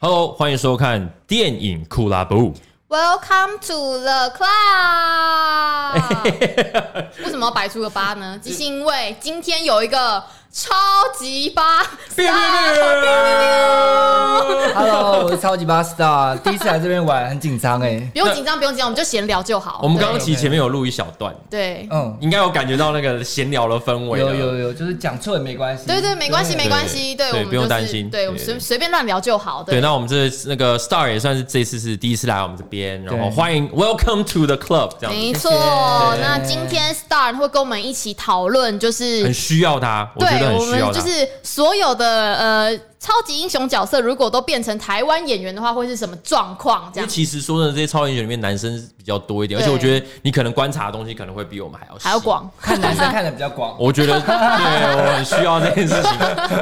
Hello，欢迎收看电影库拉布。 Welcome to the club 。为什么要摆出个八呢？就是因为今天有一个超级八 Hello， Hello，我是超级巴 star，第一次来这边玩，很紧张哎。不用紧张，不用紧张，我们就闲聊就好。我们刚刚对其实前面有录一小段，对嗯，应该有感觉到那个闲聊的氛围有了。有有，就是讲错也没关系。对对，没关系，没关系，对对，我们不用就是担心对，我们对随随便乱聊就好。对，对，那我们这那个 Star 也算是这次是第一次来我们这边，然后对欢迎 Welcome to the club，这样子没错。谢谢那今天 Star 会跟我们一起讨论，就是很需要他，我觉得对很我需们要就他。是所有的呃超级英雄角色，如果都变成台湾演员的话，会是什么状况？这因为样其实说真的，这些超英雄里面男生比较多一点，而对且我觉得你可能观察的东西可能会比我们还要还要细广。看男生看的比较广。我觉 得对我很需要这件事情，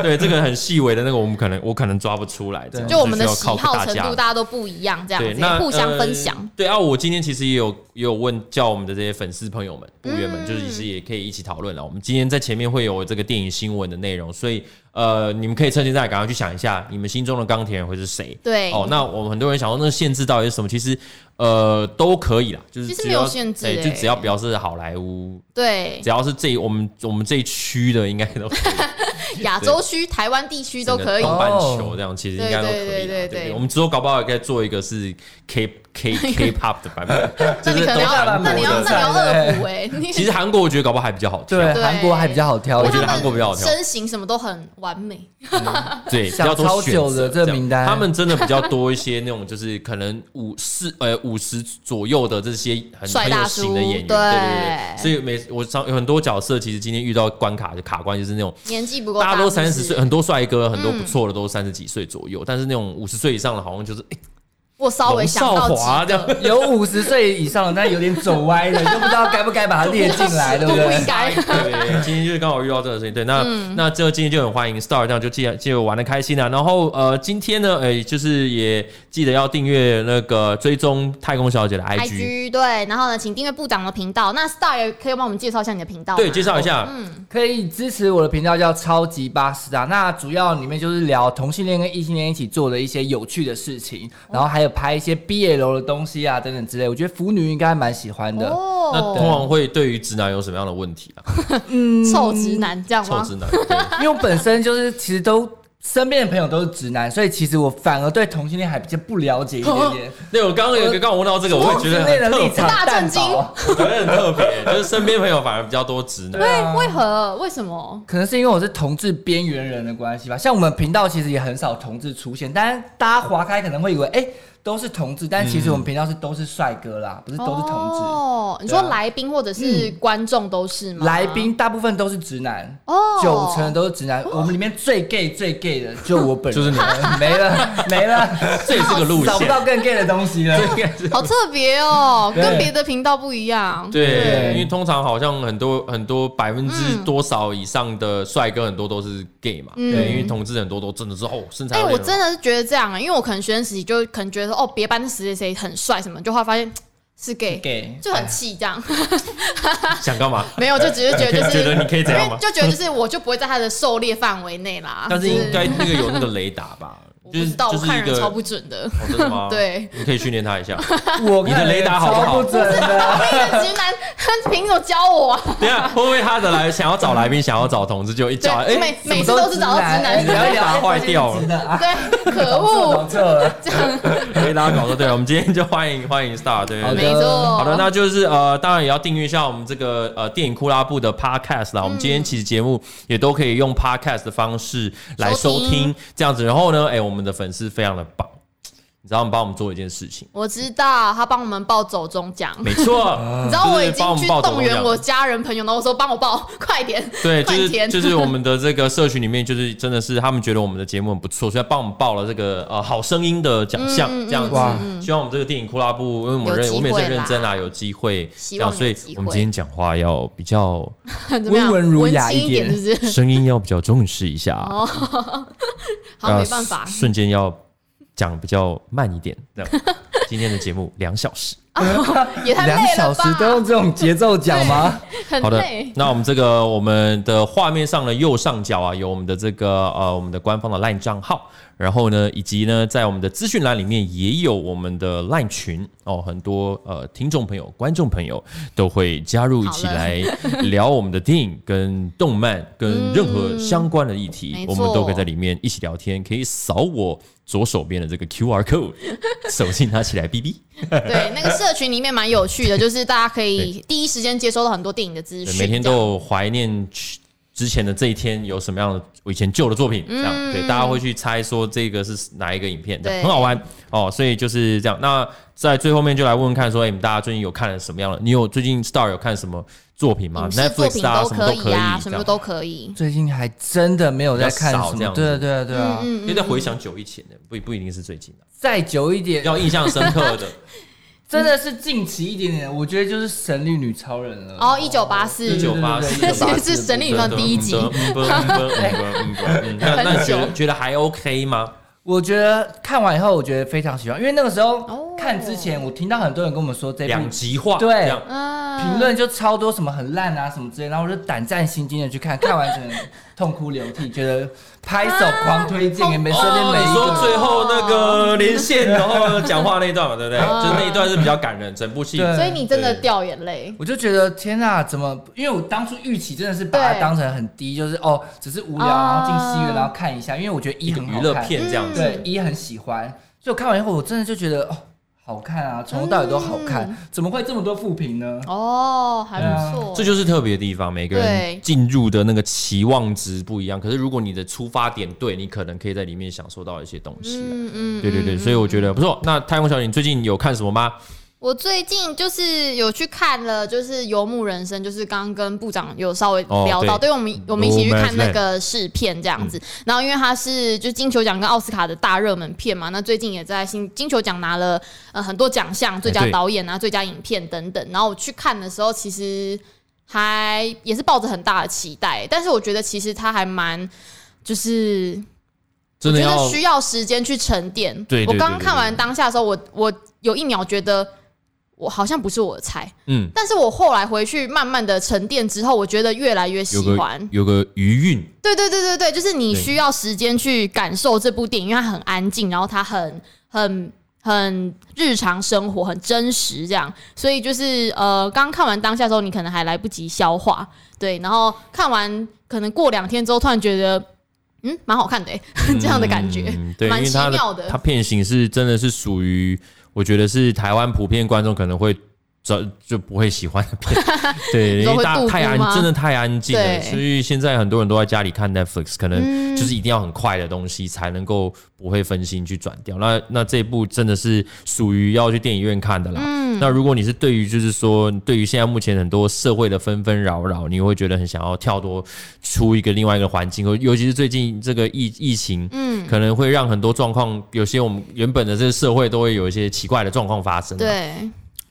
对这个很细微的那个，我们可能我可能抓不出来，这样就我们的需要喜靠好程家度，大家都不一样，这样对，子那互相呃分享。对啊，我今天其实也有也有问叫我们的这些粉丝朋友们、部员嗯们，就是其实也可以一起讨论了。我们今天在前面会有这个电影新闻的内容，所以呃，你们可以趁现在赶快去想一下，你们心中的钢铁人会是谁？对哦，那我们很多人想说，那限制到底是什么？其实呃都可以啦，就是其实只没有要限制对欸就只要不要是好莱坞，对，只要是这我们我们这一区的，应该都可以。亚洲区、台湾地区 都可以整。个东半球哦这样，其实应该都可以啦。对对对对对对我们之后搞不好也可以做一个是 K K K pop 的版本，那就你是可都能是要，韩那你国要，的。那你要二 胡哎，你其实韩国我觉得搞不好还比较好听，对，对韩国还比较好挑，我我觉觉得得韩国比较好跳身形什么都很完美，对，比想较多超选久择的这个名单样他们真的比较多一些那种，就是可能五四呃五十左右的这些很帅很有大型的叔演员，对对对对。所以每我常有很多角色，其实今天遇到关卡卡关就是那种年纪不够大家都是不三是十岁，很多帅哥，很多不错的都三十几岁左右，但是那种五十岁以上的，好像就是哎我稍微龙想少到华几这样 个，。有五十岁以上的，但有点走歪了，就不知道该不该把它列进来，对都对不？应该。对，今天就是刚好遇到这个事情。对，那、那这今天就很欢迎 Star，这样就既然就玩的开心啊。然后呃，今天呢，哎、就是也记得要订阅那个追踪太空小姐的 IG。 IG 对，然后呢，请订阅部长的频道。那 Star 也可以帮我们介绍一下你的频道吗。对，介绍一下，可以支持我的频道叫超级巴斯达，那主要里面就是聊同性恋跟异性恋一起做的一些有趣的事情，然后还有拍一些 BL 的东西啊等等之类，我觉得腐女应该蛮喜欢的。那哦通，常会对于直男有什么样的问题啊？臭直男这样臭吗？直男，对， 因为我本身就是其实都身边的朋友都是直男，所以其实我反而对同性恋还比较不了解一点点。对我刚刚有一个刚我问到 这个，我也觉得同性恋很的特立别，场大震惊蛋堡我觉得很特别，就是身边朋友反而比较多直男。为为何？为什么？可能是因为我是同志边缘人的关系吧。像我们频道其实也很少同志出现，但是大家划开可能会以为哎、都是同志，但其嗯实我们频道是都是帅哥啦，不是都是同志。哦，你对说啊嗯来宾或者是观众都是吗？ 来宾大部分都是直男，哦，九成都是直男。我们里面最 gay 最 gay 的就我本人，就是你 没了没了， 这也是个路找不线，到更 gay 的东西了。好特别 哦，对跟别的频道不一 样。对，对因为通常好像很多很嗯多百分之多少以上的帅哥，很多都是 gay 嘛，嗯对，因为同志很多都真的是哦身材哎、有我点，真的是觉得这样、啊，因为我可能学生时期就可能觉得说，哦，别班谁谁谁很帅什么，就后来发现嘖是 gay，, gay 就很气这样。 想干嘛？没有，就只是觉得就觉得是，你 可以这样吗？就觉得就是我就不会在他的狩猎范围内啦。 但是就应该那个有那个雷达 吧，我不就是知道，就我是看一人超个。不准的。 哦真的吗？对，你可以训练他一下。我你的雷达好不好看了超不准的。那直男凭什么教我啊？ 等一下会不会他的来想要找来宾，想要找同志，就一对，找哎， 每每次都是找到直男你，要雷达坏掉了了 啊！对，可搞恶错。搞错了，雷达搞错。对，我们今天就欢迎欢迎 Star，对对好对的。没错。好的，那就是呃，当然也要订阅一下我们这个呃电影库拉布的 podcast 嗯啦。我们今天其实节目也都可以用 podcast 的方式来收收听听，这样子。然后呢，哎、我们的粉丝非常的棒，你知道我们帮我们做一件事 情，我知道他帮我们报走中奖。没错，你知道我已就是帮经们去报走动流员量我家人朋友，然后我说帮我报， 快点，对，就快是点，就是我们的这个社群里面，就是真的是他们觉得我们的节目很不错，所以帮我们报了这个呃好声音的奖项，嗯嗯这样子哇。希望我们这个电影库拉布，因为我们有认机我们也是会认啦真啦，有机会这希样，望所有以机会我们今天讲话要比较怎么样？温文儒雅文青一一点点，是不 是？声音要比较重视一下。啊哦， 好，呃没办法瞬间要讲比较慢一点。这样，今天的节目两小时，也太两累小了吧时，都用这种节奏讲 吗？很好的累，。那我们这个我们的画面上的右上角啊，有我们的这个呃我们的官方的 LINE 账号，然后呢，以及呢在我们的资讯栏里面也有我们的 LINE 群哦，很多呃听众朋友、观众朋友都会加入一起好了来聊我们的电影、跟动漫、跟任何相关的议题，没我错们都可以在里面一起聊天，可以扫我左手边的这个 QR code，手机拿起来哔哔。对，那个社群里面蛮有趣的，就是大家可以第一时间接收到很多电影的资对，讯，每天都这样有怀念去之前的这一天有什么样的我以前旧的作品，这样、对，大家会去猜说这个是哪一个影片，这样对很好玩哦。所以就是这样。那在最后面就来问问看说，哎、你们大家最近有看了什么样的？你有最近 Star 有看什么作品吗影视作品？Netflix 啊，什么可都可以啊，以，什这么样。都可以。最近还真的没有在看比较少什这么，样子对啊对啊对啊，嗯因为在回想久以前的，不不一定是最近的，再久一点，要印象深刻的真的是近期一点点，我觉得就是《神力女超人》了。哦，一九八四，一九八四，这其实是神力女超人第一集嗯嗯嗯嗯嗯嗯嗯那那你觉得觉得还 OK 吗？我觉得看完以后，我觉得非常喜欢，因为那个时哦候看之前，我听到很多人跟我们说这部两极化对这样嗯评论就超多什么很烂啊什么之类，然后我就胆战心惊的去看，看完整个痛哭流涕，觉得拍手狂推荐给每身边每哦，你一说个。最后那个连线，然后讲话那一段嘛，对不对？哦就那一段是比较感人，整部戏。对所以你真的对掉眼泪，我就觉得天呐，怎么？因为我当初预期真的是把它对当成很低，就是哦，只是无聊，啊然后进戏院，然后看一下，因为我觉得一一个很好娱乐，看片这样子，嗯对一很喜欢，所以我看完以后，我真的就觉得哦，好看啊，从头到尾都好看，怎么会这么多负评呢？哦，还不错，这就是特别的地方。每个对人进入的那个期望值不一样，可是如果你的出发点对，你可能可以在里面享受到一些东西啊。嗯嗯，对对对，所以我觉得不错。那太空小姐，你最近有看什么吗？我最近就是有去看了，就是《游牧人生》，就是刚刚跟部长有稍微哦聊到，对嗯对我们我们一起去看那个试片这样子。然后因为它是就金球奖跟奥斯卡的大热门片嘛，那最近也在新金球奖拿了呃很多奖项，最佳哎对导演啊、最佳影片等等。然后我去看的时候，其实还也是抱着很大的期待，但是我觉得其实它还蛮就是真的觉要得需要时间去沉淀。对对对我刚对看对完当下的时候，我我有一秒觉得我好像不是我的菜，嗯，但是我后来回去慢慢的沉淀之后，我觉得越来越喜有个欢。有个余韵，对对对对对，就是你对需要时间去感受这部电影，因为它很安静，然后它很很。很日常生活，很真实，这样，所以就是呃，刚看完当下之后，你可能还来不及消化，对，然后看完可能过两天之后，突然觉得嗯，蛮好看的、欸， 这样的感觉，嗯、对，因蛮为奇它妙的。它片型是真的是属于，我觉得是台湾普遍观众可能会。这就不会喜欢的片， 对，你因说为大会家度太孤安，吗真的太安静了，对嗯所以现在很多人都在家里看 Netflix，可能就是一定要很快的东西才能够不会分心去转掉。那那这部真的是属于要去电影院看的啦。嗯那如果你是对于就是说对于现在目前很多社会的纷纷扰扰，你会觉得很想要跳脱出一个另外一个环境，尤尤其是最近这个疫疫情，嗯，可能会让很多状况，有些我们原本的这个社会都会有一些奇怪的状况发生、啊。对，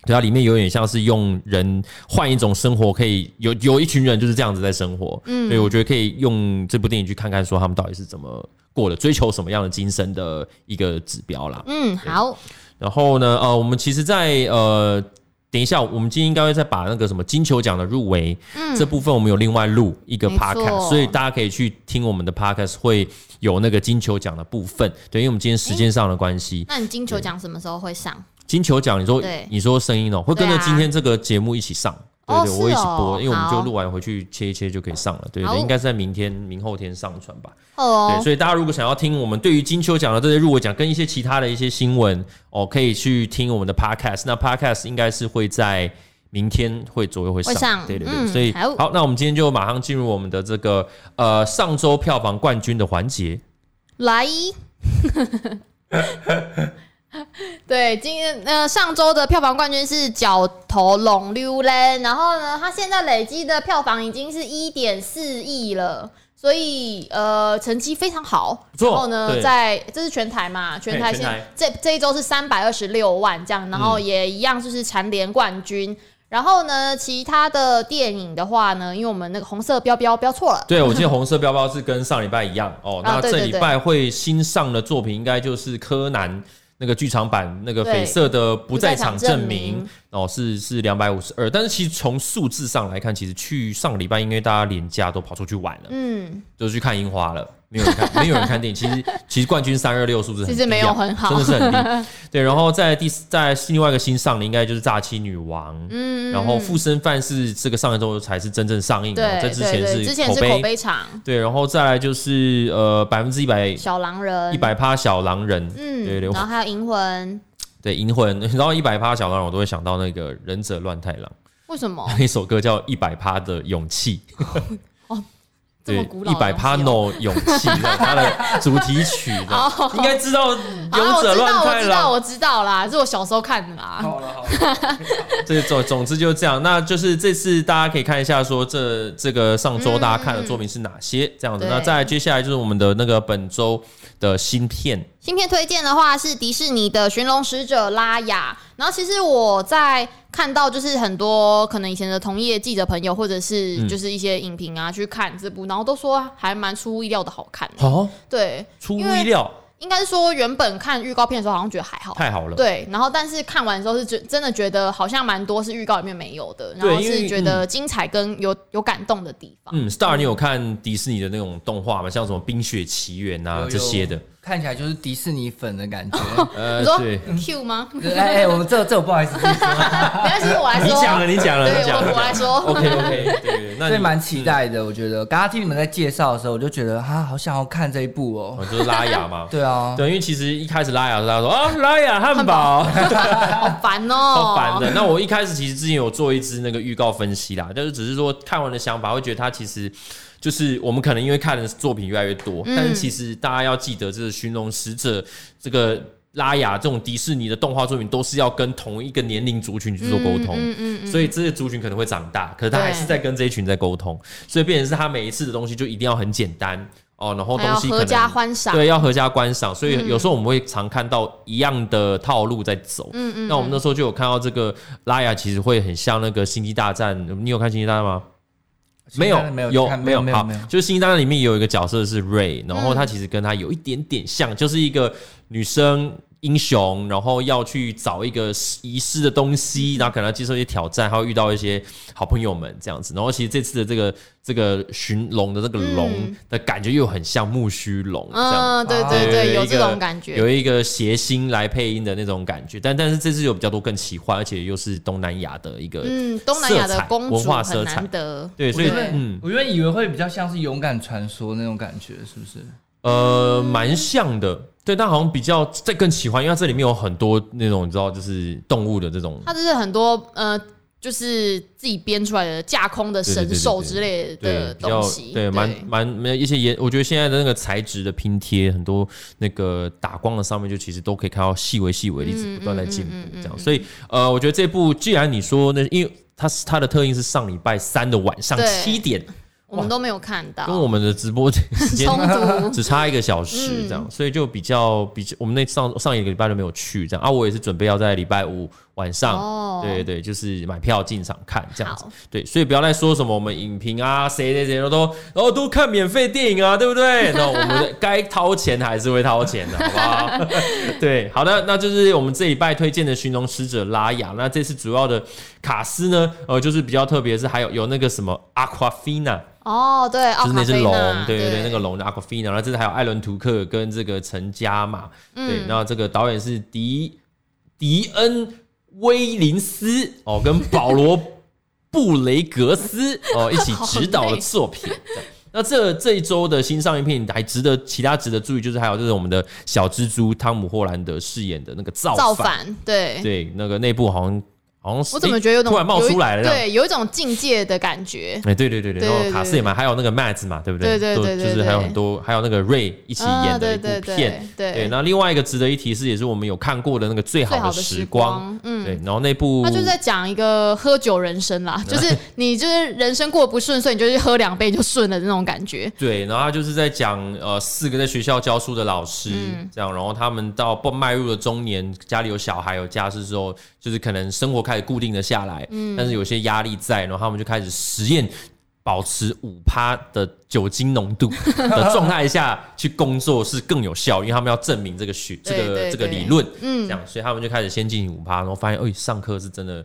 对啊，里面有点像是用人换一种生活，可以有有一群人就是这样子在生活，嗯，所以我觉得可以用这部电影去看看，说他们到底是怎么过的，追求什么样的精神的一个指标啦。嗯，好，然后呢，呃，我们其实在，呃，等一下，我们今天应该会再把那个什么金球奖的入围、这部分，我们有另外录一个嗯没错 podcast，所以大家可以去听我们的 podcast，会有那个金球奖的部分。对，因为我们今天时间上的关系，那你金球奖什么时候会上？金球奖，你说对你说声音哦，会跟着对啊今天这个节目一起上。对哦对，是我一起哦播，因为我们就好录完回去切一切就可以上了。对好对，应该是在明天、明后天上传吧。对，哦，所以大家如果想要听我们对于金球奖的这些入围奖跟一些其他的一些新闻哦，可以去听我们的 podcast。那 podcast 应该是会在明天会左右会上，会上对对对。嗯所以好好，那我们今天就马上进入我们的这个呃上周票房冠军的环节。来。 对，今天呃上周的票房冠军是《角头龙溜嘞》，然后呢，它现在累积的票房已经是一点四亿了，所以呃成绩非常好。不错然后呢，对在这是全台嘛，全台全现台嗯这这一周是三百二十六万这样，然后也一样就是蝉联冠军。然后呢，其他的电影的话呢，因为我们那个红色标标标错了，对，我记得红色标包是跟上礼拜一样哦。啊那对这对礼对拜会新上的作品应该就是柯南那个剧场版那个对绯色的不在场证不在场证明明哦，是是两百五十二。但是其实从数字上来看，其实去上个礼拜因为大家连假都跑出去玩了，嗯，就去看樱花了。没有人看，没有人看电影。其实其实冠军三二六数字很其实没有低啊很好真的是很 低。对，然后在第四在另外一个新上的应该就是《诈欺女王》，嗯，然后《附身犯》是这个上一周才是真正上映的，在对对之前对，是之前是口碑场对，然后再来就是呃百分之一百小狼人一，百趴小狼人，对嗯，对然后还有银魂，对银魂， 然后一百趴小狼人，我都会想到那个忍者乱太郎，为 什么一首歌叫《一百趴的勇气》。这么古老一的百东西哦？哦趴 no 勇气，它的主题曲的，应该知道《啊，勇我者知乱道，我太知道，郎》。我知道啦，是我小时候看的啦。好了好了，这总总之就是这样。那就是这次大家可以看一下，说这这个上周大家看的作品是哪些这样子。嗯对那再来接下来就是我们的那个本周的新片，新片推荐的话是迪士尼的《寻龙使者拉雅》，然后其实我在看到就是很多可能以前的同业记者朋友或者是嗯就是一些影评啊、去看这部，然后都说还蛮出乎意料的好看。哦，对，出乎意料，应该是说原本看预告片的时候好像觉得还好，太好了。对，然后但是看完之后是觉真的觉得好像蛮多是预告里面没有的，然对后因为是觉得精彩跟有有感动的地方。嗯，Star，你有看迪士尼的那种动画吗？像什么《冰雪奇缘》 啊有这些的。看起来就是迪士尼粉的感觉。呃你说对， Q 吗？没哎哎，我们这这我不好意思自己说，关系，我来说。你讲了，你讲了，哦对你讲我我来了。说。 OK OK，对对，那所以你嗯蛮期待的。我觉得刚刚听你们在介绍的时候，我就觉得啊，好想要看这一部哦。哦就是拉雅嘛。 对啊，对，因为其实一开始拉雅是他说啊，拉雅汉堡，好烦哦、好烦的。那我一开始其实之前有做一支那个预告分析啦，但是只是说看完的想法，会觉得它其实就是我们可能因为看的作品越来越多，嗯但是其实大家要记得，这个《寻龙使者》这个。拉雅这种迪士尼的动画作品都是要跟同一个年龄族群去做沟通，嗯嗯嗯所以这些族群可能会长大，可是他还是在跟这一群在沟通，所以变成是他每一次的东西就一定要很简单哦，然后还要东西可合能家欢赏。对，要合家观赏，所以有时候我们会常看到一样的套路在走。嗯嗯，那我们那时候就有看到这个拉雅，其实会很像那个《星际大战》，你有看《星际大战》吗？没有，没有有看，没没有没有好没有，就是《星际大战》里面有一个角色是 Ray，然后她其实跟她有一点点像，就是一个女生英雄，然后要去找一个遗失的东嗯西，然后可能要接受一些挑战，还会遇到一些好朋友们这样子。然后其实这次的这个这个寻龙的这个龙嗯的感觉又很像木须龙这样。嗯，对对对对，有一这个种感觉。啊有一个谐星来配音的那种感觉，但但是这次有比较多更奇幻，而且又是东南亚的一个，嗯，东南亚色的彩公文主化很色彩难得。对，所以对嗯我原本以为会比较像是《勇敢传说》那种感觉，是不是？呃嗯蛮像的，对，但好像比较再更奇幻，因为它这里面有很多那种你知道就是动物的这种，它就是很多呃，就是自己编出来的架空的神兽之类对的比较东西。对蛮蛮蛮一些颜，我觉得现在的那个材质的拼贴，很多那个打光的上面就其实都可以看到细微细微的一直嗯不断在进步嗯嗯嗯嗯这样，所以呃，我觉得这部既然你说那因为。它是它的特映是上礼拜三的晚上对七点，我们都没有看到。跟我们的直播 时间充 足只差一个小时嗯这样，所以就比较比较，我们那上上一个礼拜都没有去这样啊，我也是准备要在礼拜五晚上，哦啊对对，就是买票进场看这样子好，对，所以不要再说什么我们影评啊，谁谁谁都都然后都看免费电影啊，对不 对？那我们的该掏钱还是会掏钱的，好不 好？对，好的，那就是我们这礼拜推荐的《寻龙使者拉雅》，那这次主要的卡斯呢，呃，就是比较特别是还有有那个什么 Aquafina。哦，对，奥就是卡那只菲龙娜，，对对对，那个龙的 Aquafina，然后这次还有艾伦图克跟这个陈嘉嘛，对，嗯那这个导演是迪迪恩威林斯哦，跟保罗布雷格斯哦 一起执导的作品。这样那这这一周的新上映片还值得其他值得注意，就是还有就是我们的小蜘蛛汤姆霍兰德饰演的那个造造反，反，对。对，那个内部好像好像是我怎么觉得有诶种突然冒有一出来了这样？对，有一种境界的感觉。 哎、对对对对，对然后对卡斯对也蛮，还有那个 Mads 嘛，对不对？对对都对对就是对还有很多，还有那个 Ray 一起演啊的对一部对对片。对那另外一个值得一提是，也是我们有看过的那个《最最好好的的时时光》。光，嗯，对，然后那部他就是在讲一个喝酒人 生啦，就是你就是人生过得不顺遂，你就去喝两杯就顺了的那种感觉。对，然后他就是在讲呃四个在学校教书的老师、嗯这样，然后他们到不迈入了中年，家里有小孩有家室之后，嗯就是可能生活开始固定的下来，但是有些压力在，然后他们就开始实验。保持五趴的酒精浓 度的状态下去工作是更有效，因为他们要证明这个学这对个对这个对理论，这嗯，样，所以他们就开始先进行五趴，然后发现，哎，上课是真的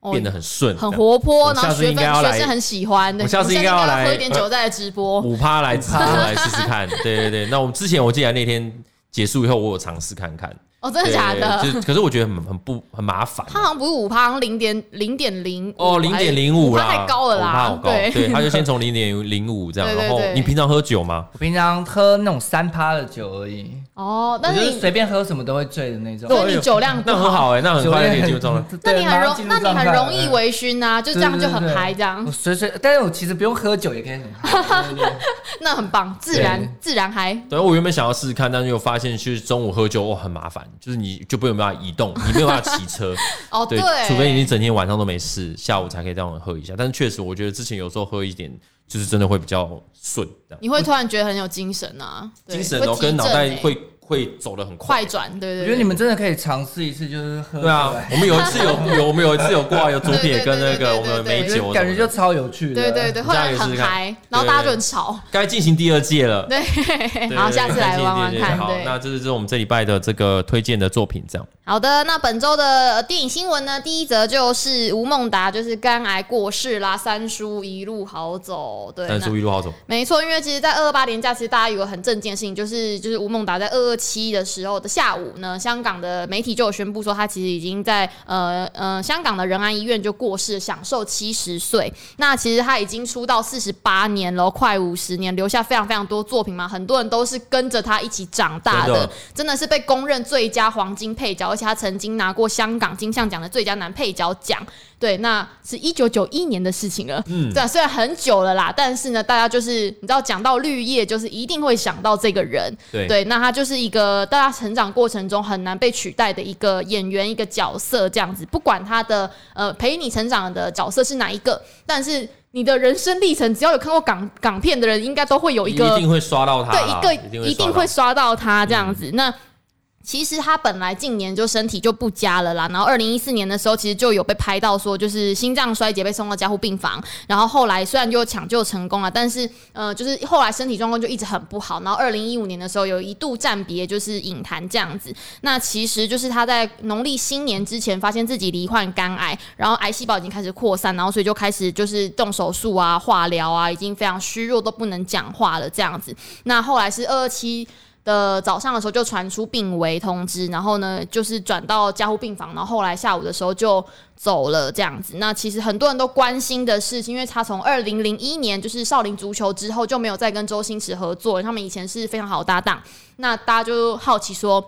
哦变得很顺，很活泼，我然后下次学应分该要来学生很喜欢的。我下次应该要来喝一点酒再来直播。五趴来直播来试试看，对对对。那我们之前我记得那天结束以后，我有尝试看看，哦，真的假的对？就是可是我觉得很很不很麻烦。他好像不是五趴，好像零点零点零哦，零点零五啦，太高了五趴好啦。高，对，对，他就先从零点零五这样，对对然后对你平常喝酒吗？我平常喝那种三趴的酒而已，哦，我但就是是你随便喝什么都会醉的那种。所以你酒量不那很好，好哎，那很酒快就可以量进入状态。那你很 对马上容进入那你很状态容易微醺啊，就这样就很嗨这 样我，随随，但是我其实不用喝酒也可以很 嗨。对对对那很棒，自然自然嗨。对，我原本想要试试看，但是又发现就是中午喝酒哇很麻烦，就是你就不没有办法移动，你没有办法骑车，哦，对，除非你整天晚上都没事，下午才可以这样喝一下。但是确实，我觉得之前有时候喝一点，就是真的会比较顺，这样你会突然觉得很有精神啊，对精神会哦提跟脑振袋欸会会走得很快快。转，对我对觉得对你。们真的可以尝试一次，就是喝酒。对啊，我们有一次有有我们有一次有挂有 左撇跟那个我们我美觉酒什得么的，感觉就超有趣的。对对对，后来你这样也很试试看嗨，然后大家就很吵。该进行第二届了。对，对好，下次来玩玩看。好，对，那这是我们这礼拜的这个推荐的作品，这样。好的，那本周的呃电影新闻呢，第一则就是吴孟达就是肝癌过世啦，三叔一路好走。对，但那是一路好走，没错，因为其实，在二二八年假，其实大家有个很震惊的事情，就是就是吴孟达在二二七的时候的下午呢，香港的媒体就有宣布说，他其实已经在呃呃香港的仁安医院就过世，享受七十岁。那其实他已经出道四十八年了，快五十年，留下非常非常多作品嘛，很多人都是跟着他一起长大真的的，真的是被公认最佳黄金配角，而且他曾经拿过香港金像奖的最佳男配角奖。对，那是一九九一年的事情了。嗯，对啊，虽然很久了啦，但是呢，大家就是你知道，讲到绿叶，就是一定会想到这个人。对对，那他就是一个大家成长过程中很难被取代的一个演员、一个角色，这样子。不管他的呃陪你成长的角色是哪一个，但是你的人生历程，只要有看过港港片的人，应该都会有一一个定会刷到他啦，对，一个一刷到嗯定会刷到他这样子。那其实他本来近年就身体就不佳了啦，然后二零一四年的时候，其实就有被拍到说就是心脏衰竭被送到加护病房，然后后来虽然就抢救成功了，但是呃，就是后来身体状况就一直很不好，然后二零一五年的时候有一度暂别就是影坛这样子。那其实就是他在呃农历新年之前发现自己罹患肝癌，然后癌细胞已经开始扩散，然后所以就开始就是动手术啊、化疗啊，已经非常虚弱，都不能讲话了这样子。那后来是二二七。的早上的时候就传出病危通知，然后呢就是转到加护病房，然后后来下午的时候就走了这样子。那其实很多人都关心的是，因为他从二零零一年就是少林足球之后就没有再跟周星驰合作了，他们以前是非常好的搭档。那大家就好奇说，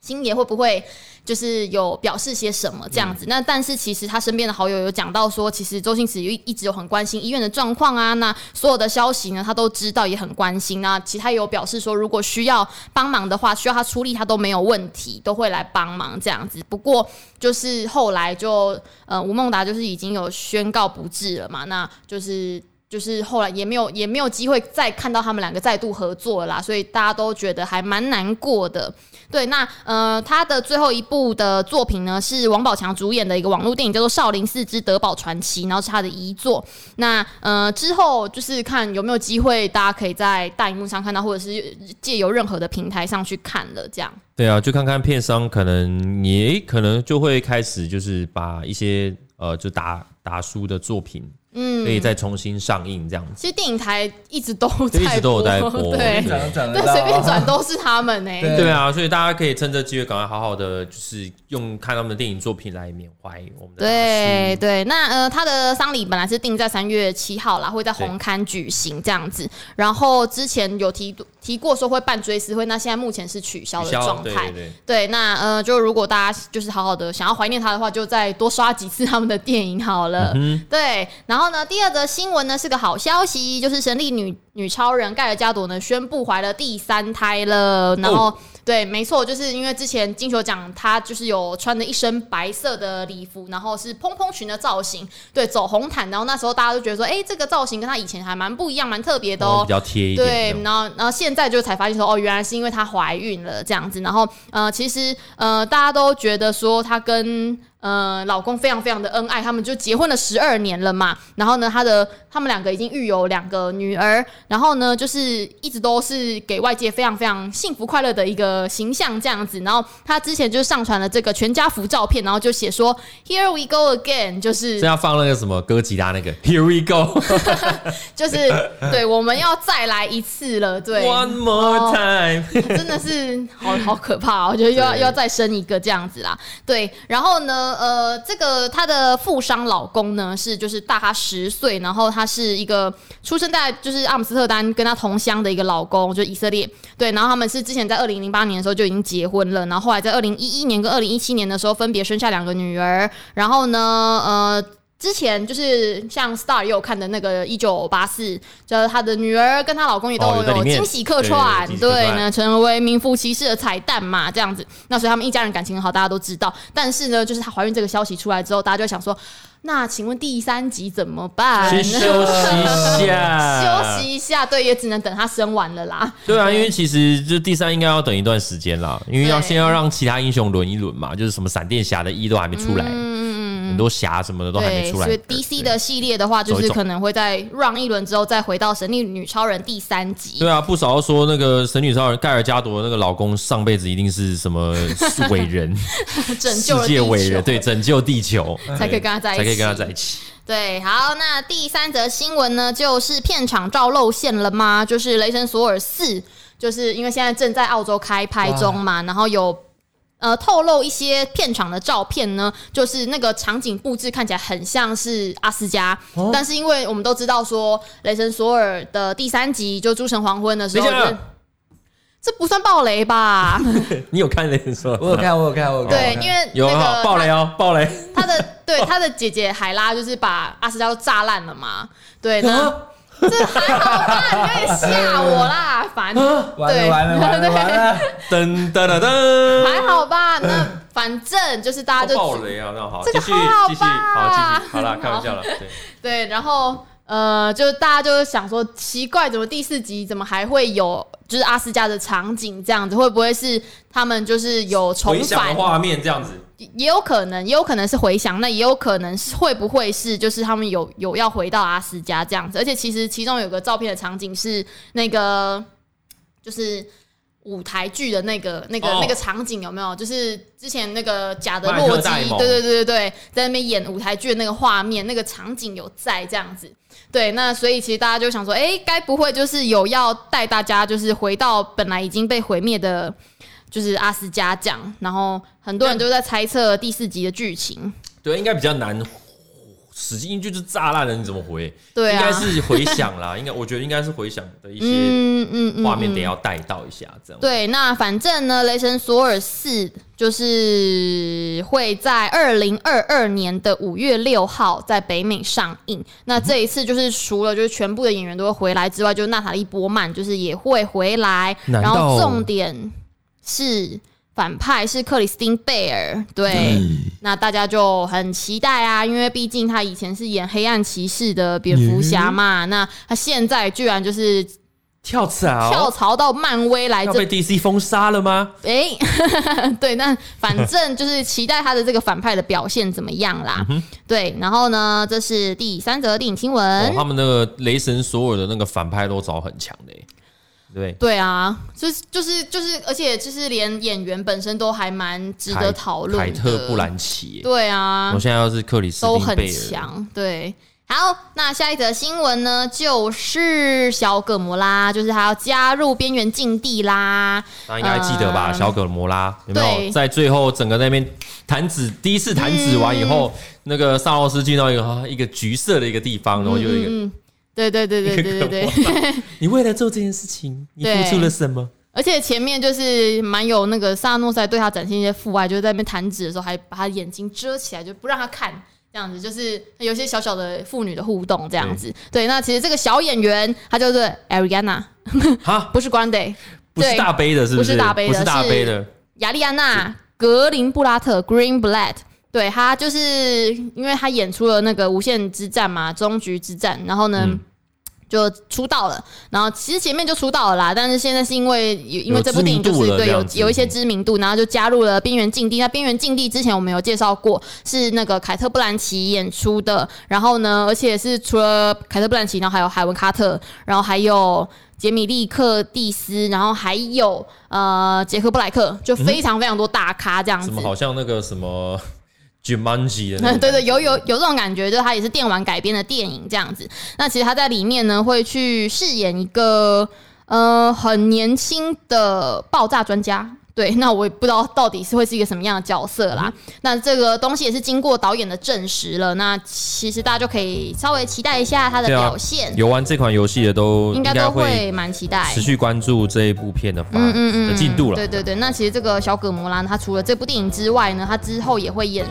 星爷会不会就是有表示些什么这样子？那但是其实他身边的好友有讲到说，其实周星驰一一直有很关心医院的状况啊，那所有的消息呢他都知道，也很关心。那其实他也有表示说，如果需要帮忙的话，需要他出力，他都没有问题，都会来帮忙这样子。不过就是后来就呃，吴孟达就是已经有宣告不治了嘛，那就是。就是后来也没有也没有机会再看到他们两个再度合作了啦，所以大家都觉得还蛮难过的。对，那呃，他的最后一部的作品呢是王宝强主演的一个网络电影，叫做《少林寺之德宝传奇》，然后是他的遗作。那呃之后就是看有没有机会，大家可以在大荧幕上看到，或者是借由任何的平台上去看了。这样，对啊，就看看片商可能也可能就会开始就是把一些呃就达达叔的作品嗯可，以再重新上映这样子，其实电影台一直都就在一直都有在播 对对转都转得对，到随便转都是他们欸呢、啊对对啊，所以大家可以趁这机会赶快好好的就是用看他们的电影作品来缅怀我们的对达叔。对，那呃，他的丧礼本来是定在三月七号啦，会在红磡举行这样子。然后之前有提提过说会办追思会，那现在目前是取消的取消状对态。对对，那呃，就如果大家就是好好的想要怀念他的话，就再多刷几次他们的电影好了。对，然后呢，第二则新闻呢是个好消息，就是神力女女超人盖尔加朵呢宣布怀了第三胎了。然后、对，没错，就是因为之前金球奖她就是有穿的一身白色的礼服，然后是蓬蓬裙的造型，对，走红毯。然后那时候大家都觉得说，哎、这个造型跟她以前还蛮不一样，蛮特别的对，哦比。较贴一点这样。对，然后然后现在就才发现说，哦，原来是因为她怀孕了这样子。然后呃，其实呃，大家都觉得说她跟呃老公非常非常的恩爱，他们就结婚了十二年了嘛。然后呢，她的他们两个已经育有两个女儿，然后呢，就是一直都是给外界非常非常幸福快乐的一个形象这样子。然后她之前就上传了这个全家福照片，然后就写说 “Here we go again”，就是这样放那个什么哥吉拉那个 Here we go 就是对，我们要再来一次了，对，哦 one more time，、真的是好好可怕、哦，我觉得又要对又要再生一个这样子啦。对，然后呢，呃，这个她的富商老公呢是就是大她十岁，然后他是一个出生在就是阿姆斯特丹跟她同乡的一个老公，就以色列。对，然后他们是之前在二零零八年的时候就已经结婚了，然后后来在二零一一年跟二零一七年的时候分别生下两个女儿，然后呢，呃。之前就是像 Star 也有看的那个一九八四，就是她的女儿跟她老公也都哦有在里有面惊喜客串，对有惊喜客对串呢，成为名副其实的彩蛋嘛，这样子。那所以他们一家人感情很好，大家都知道。但是呢，就是她怀孕这个消息出来之后，大家就会想说，那请问第三集怎么 办？先休息一下， 休息一下，对，也只能等她生完了啦。对啊，因为其实就第三应该要等一段时间啦，因为要对先要让其他英雄轮一轮嘛，就是什么闪电侠的一都还没出来，嗯很多侠什么的都还没对，出来。所以 DC 的系列的话，就走一是走可能会在 run 一轮之后，再回到神力女超人第三集对。啊，不少说那个神女超人盖尔加朵的那个老公上辈子一定是什 么伟人，拯 世救了地界球伟人，对，拯救地球才可以跟他在一起才可以跟他在一起。对，好，那第三则新闻呢，就是片场照露馅了吗？就是《雷神索尔四》，就是因为现在正在澳洲开拍中嘛，然后有。呃，透露一些片场的照片呢，就是那个场景布置看起来很像是阿斯加，但是因为我们都知道说《雷神索尔》的第三集就《诸神黄昏》的时候，等一下就是这不算暴雷吧？你有看那个说？我有看，我有看，我有看。对，我有看因为有那啊个爆雷哦，爆雷！他的哦对他的姐姐海拉就是把阿斯加都炸烂了嘛，对，然啊后这还好吧？你有点吓我 啦，烦。啊 完了对完了完了完了，噔噔噔噔，还好吧？那反正就是大家就爆雷啊！那好，这继个续还好继续，吧好继续，好啦，开玩笑了。对，对，然后呃，就是大家就是想说，奇怪，怎么第四集怎么还会有就是阿斯加的场景这样子？会不会是他们就是有重回想的返？画面这样子，也有可能，也有可能是回响，那也有可能是会不会是就是他们有有要回到阿斯加这样子，而且其实其中有个照片的场景是那个就是。舞台剧的那个、那个、哦那个场景有没有？就是之前那个假的麦克洛基戴蒙，对对对对对，在那边演舞台剧的那个画面，那个场景有在这样子。对，那所以其实大家就想说，哎、该不会就是有要带大家就是回到本来已经被毁灭的就是阿斯加奖，然后很多人都在猜测第四集的剧情。对，应该比较难。使劲就是炸烂了，你怎么回？对应啊，该是回想啦，应该我觉得应该是回想的一些嗯嗯嗯，画面嗯得要带到一下，这样。对，那反正呢，《雷神索尔四》就是会在二零二二年的五月六号在北美上映。那这一次就是除了就是全部的演员都会回来之外，就是娜塔莉波曼就是也会回来，难然道后重点是。反派是克里斯汀贝尔，对，那大家就很期待啊，因为毕竟他以前是演黑暗骑士的蝙蝠侠嘛，嗯那他现在居然就是跳跳槽槽到漫威来要这被 DC 封杀了吗？哎、 对，那反正就是期待他的这个反派的表现怎么样啦。嗯对，然后呢，这是第三则电影新哦闻。，他们那个雷神所有的那个反派都找很强的、欸，对对啊，就是就是就是，而且就是连演员本身都还蛮值不对，得讨论的。凯特·布兰奇、欸，对啊我，现在要是克里斯都汀很贝尔，强。对，好，那下一则新闻呢，就是小葛摩拉，就是他要加入边缘禁地啦。大家应该记得吧？嗯小葛摩拉有没有对在最后整个那边弹指第一次弹指完以后，嗯那个萨洛斯进到一个啊一个橘色的一个地方，然后就有一个、嗯，对对对对对对对。你为了做这件事情，你对付出了什么？而且前面就是蛮有那个萨诺塞对他展现一些父爱，就是在那边弹指的时候还把他眼睛遮起来，就不让他看，这样子就是有一些小小的父女的互动这样子。对，那其实这个小演员她叫做 Ariana，哈， 不是 Grande，不是对大杯的，是不不是大杯的不是大杯的，雅丽安娜格林布拉特 （Green Blatt）。对她嗯就是因为她演出了那个《无限之战》嘛，《终局之战》，然后呢，就出道了。然后其实前面就出道了啦，但是现在是因为有因为有这部知电名影就度是了对这有样子有一些知名度，然后就加入了《边缘禁地》。那《边缘禁地》之前我们有介绍过，是那个凯特·布兰奇演出的。然后呢，而且是除了凯特·布兰奇，然后还有海文·卡特，然后还有杰米·利克蒂斯，然后还有呃杰克·布莱克，就非常非常多大咖这样子。怎么好像那个什么 Jumanji 的那嗯，种 对对，有有有这种感觉，就是它也是电玩改编的电影这样子。那其实他在里面呢，会去饰演一个呃很年轻的爆炸专家。对，那我也不知道到底是会是一个什么样的角色嗯啦。那这个东西也是经过导演的证实了。那其实大家就可以稍微期待一下他的对啊表现，游玩这款游戏的都应应该该都会会蛮期待。持续关注这一部片的发嗯嗯嗯的进度了。对对对，那其实这个小葛摩拉呢，他除了这部电影之外呢，他之后也会演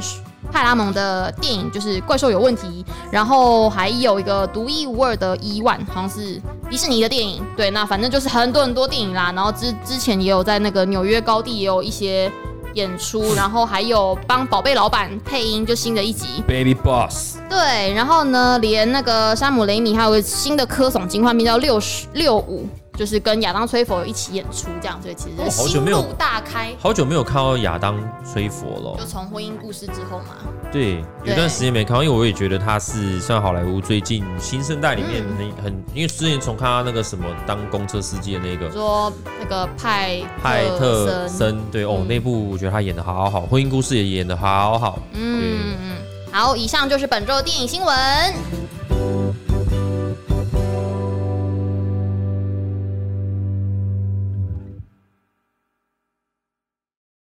派拉蒙的电影，就是《怪兽有问题》，然后还有一个独一无二的《伊万》，好像是迪士尼的电影。对，那反正就是很多很多电影啦。然后之之前也有在那个纽约高地也有一些演出，然后还有帮宝贝老板配音，就新的一集。 Baby Boss，对，然后呢，连那个山姆雷米还有个新的科耸金幻变叫六十六五，就是跟亚当崔佛一起演出这样，所以其实哦好久心没有路大开，好久没有看到亚当吹佛了就。从婚姻故事之后嘛，对，有一段时间没看到，因为我也觉得他是算好莱坞最近新生代里面嗯很很，因为之前从看他那个什么当公车司机的那个说那个派派特森，森，对哦嗯，那部我觉得他演的好好，婚姻故事也演的好好。嗯嗯嗯，好，以上就是本周的电影新闻。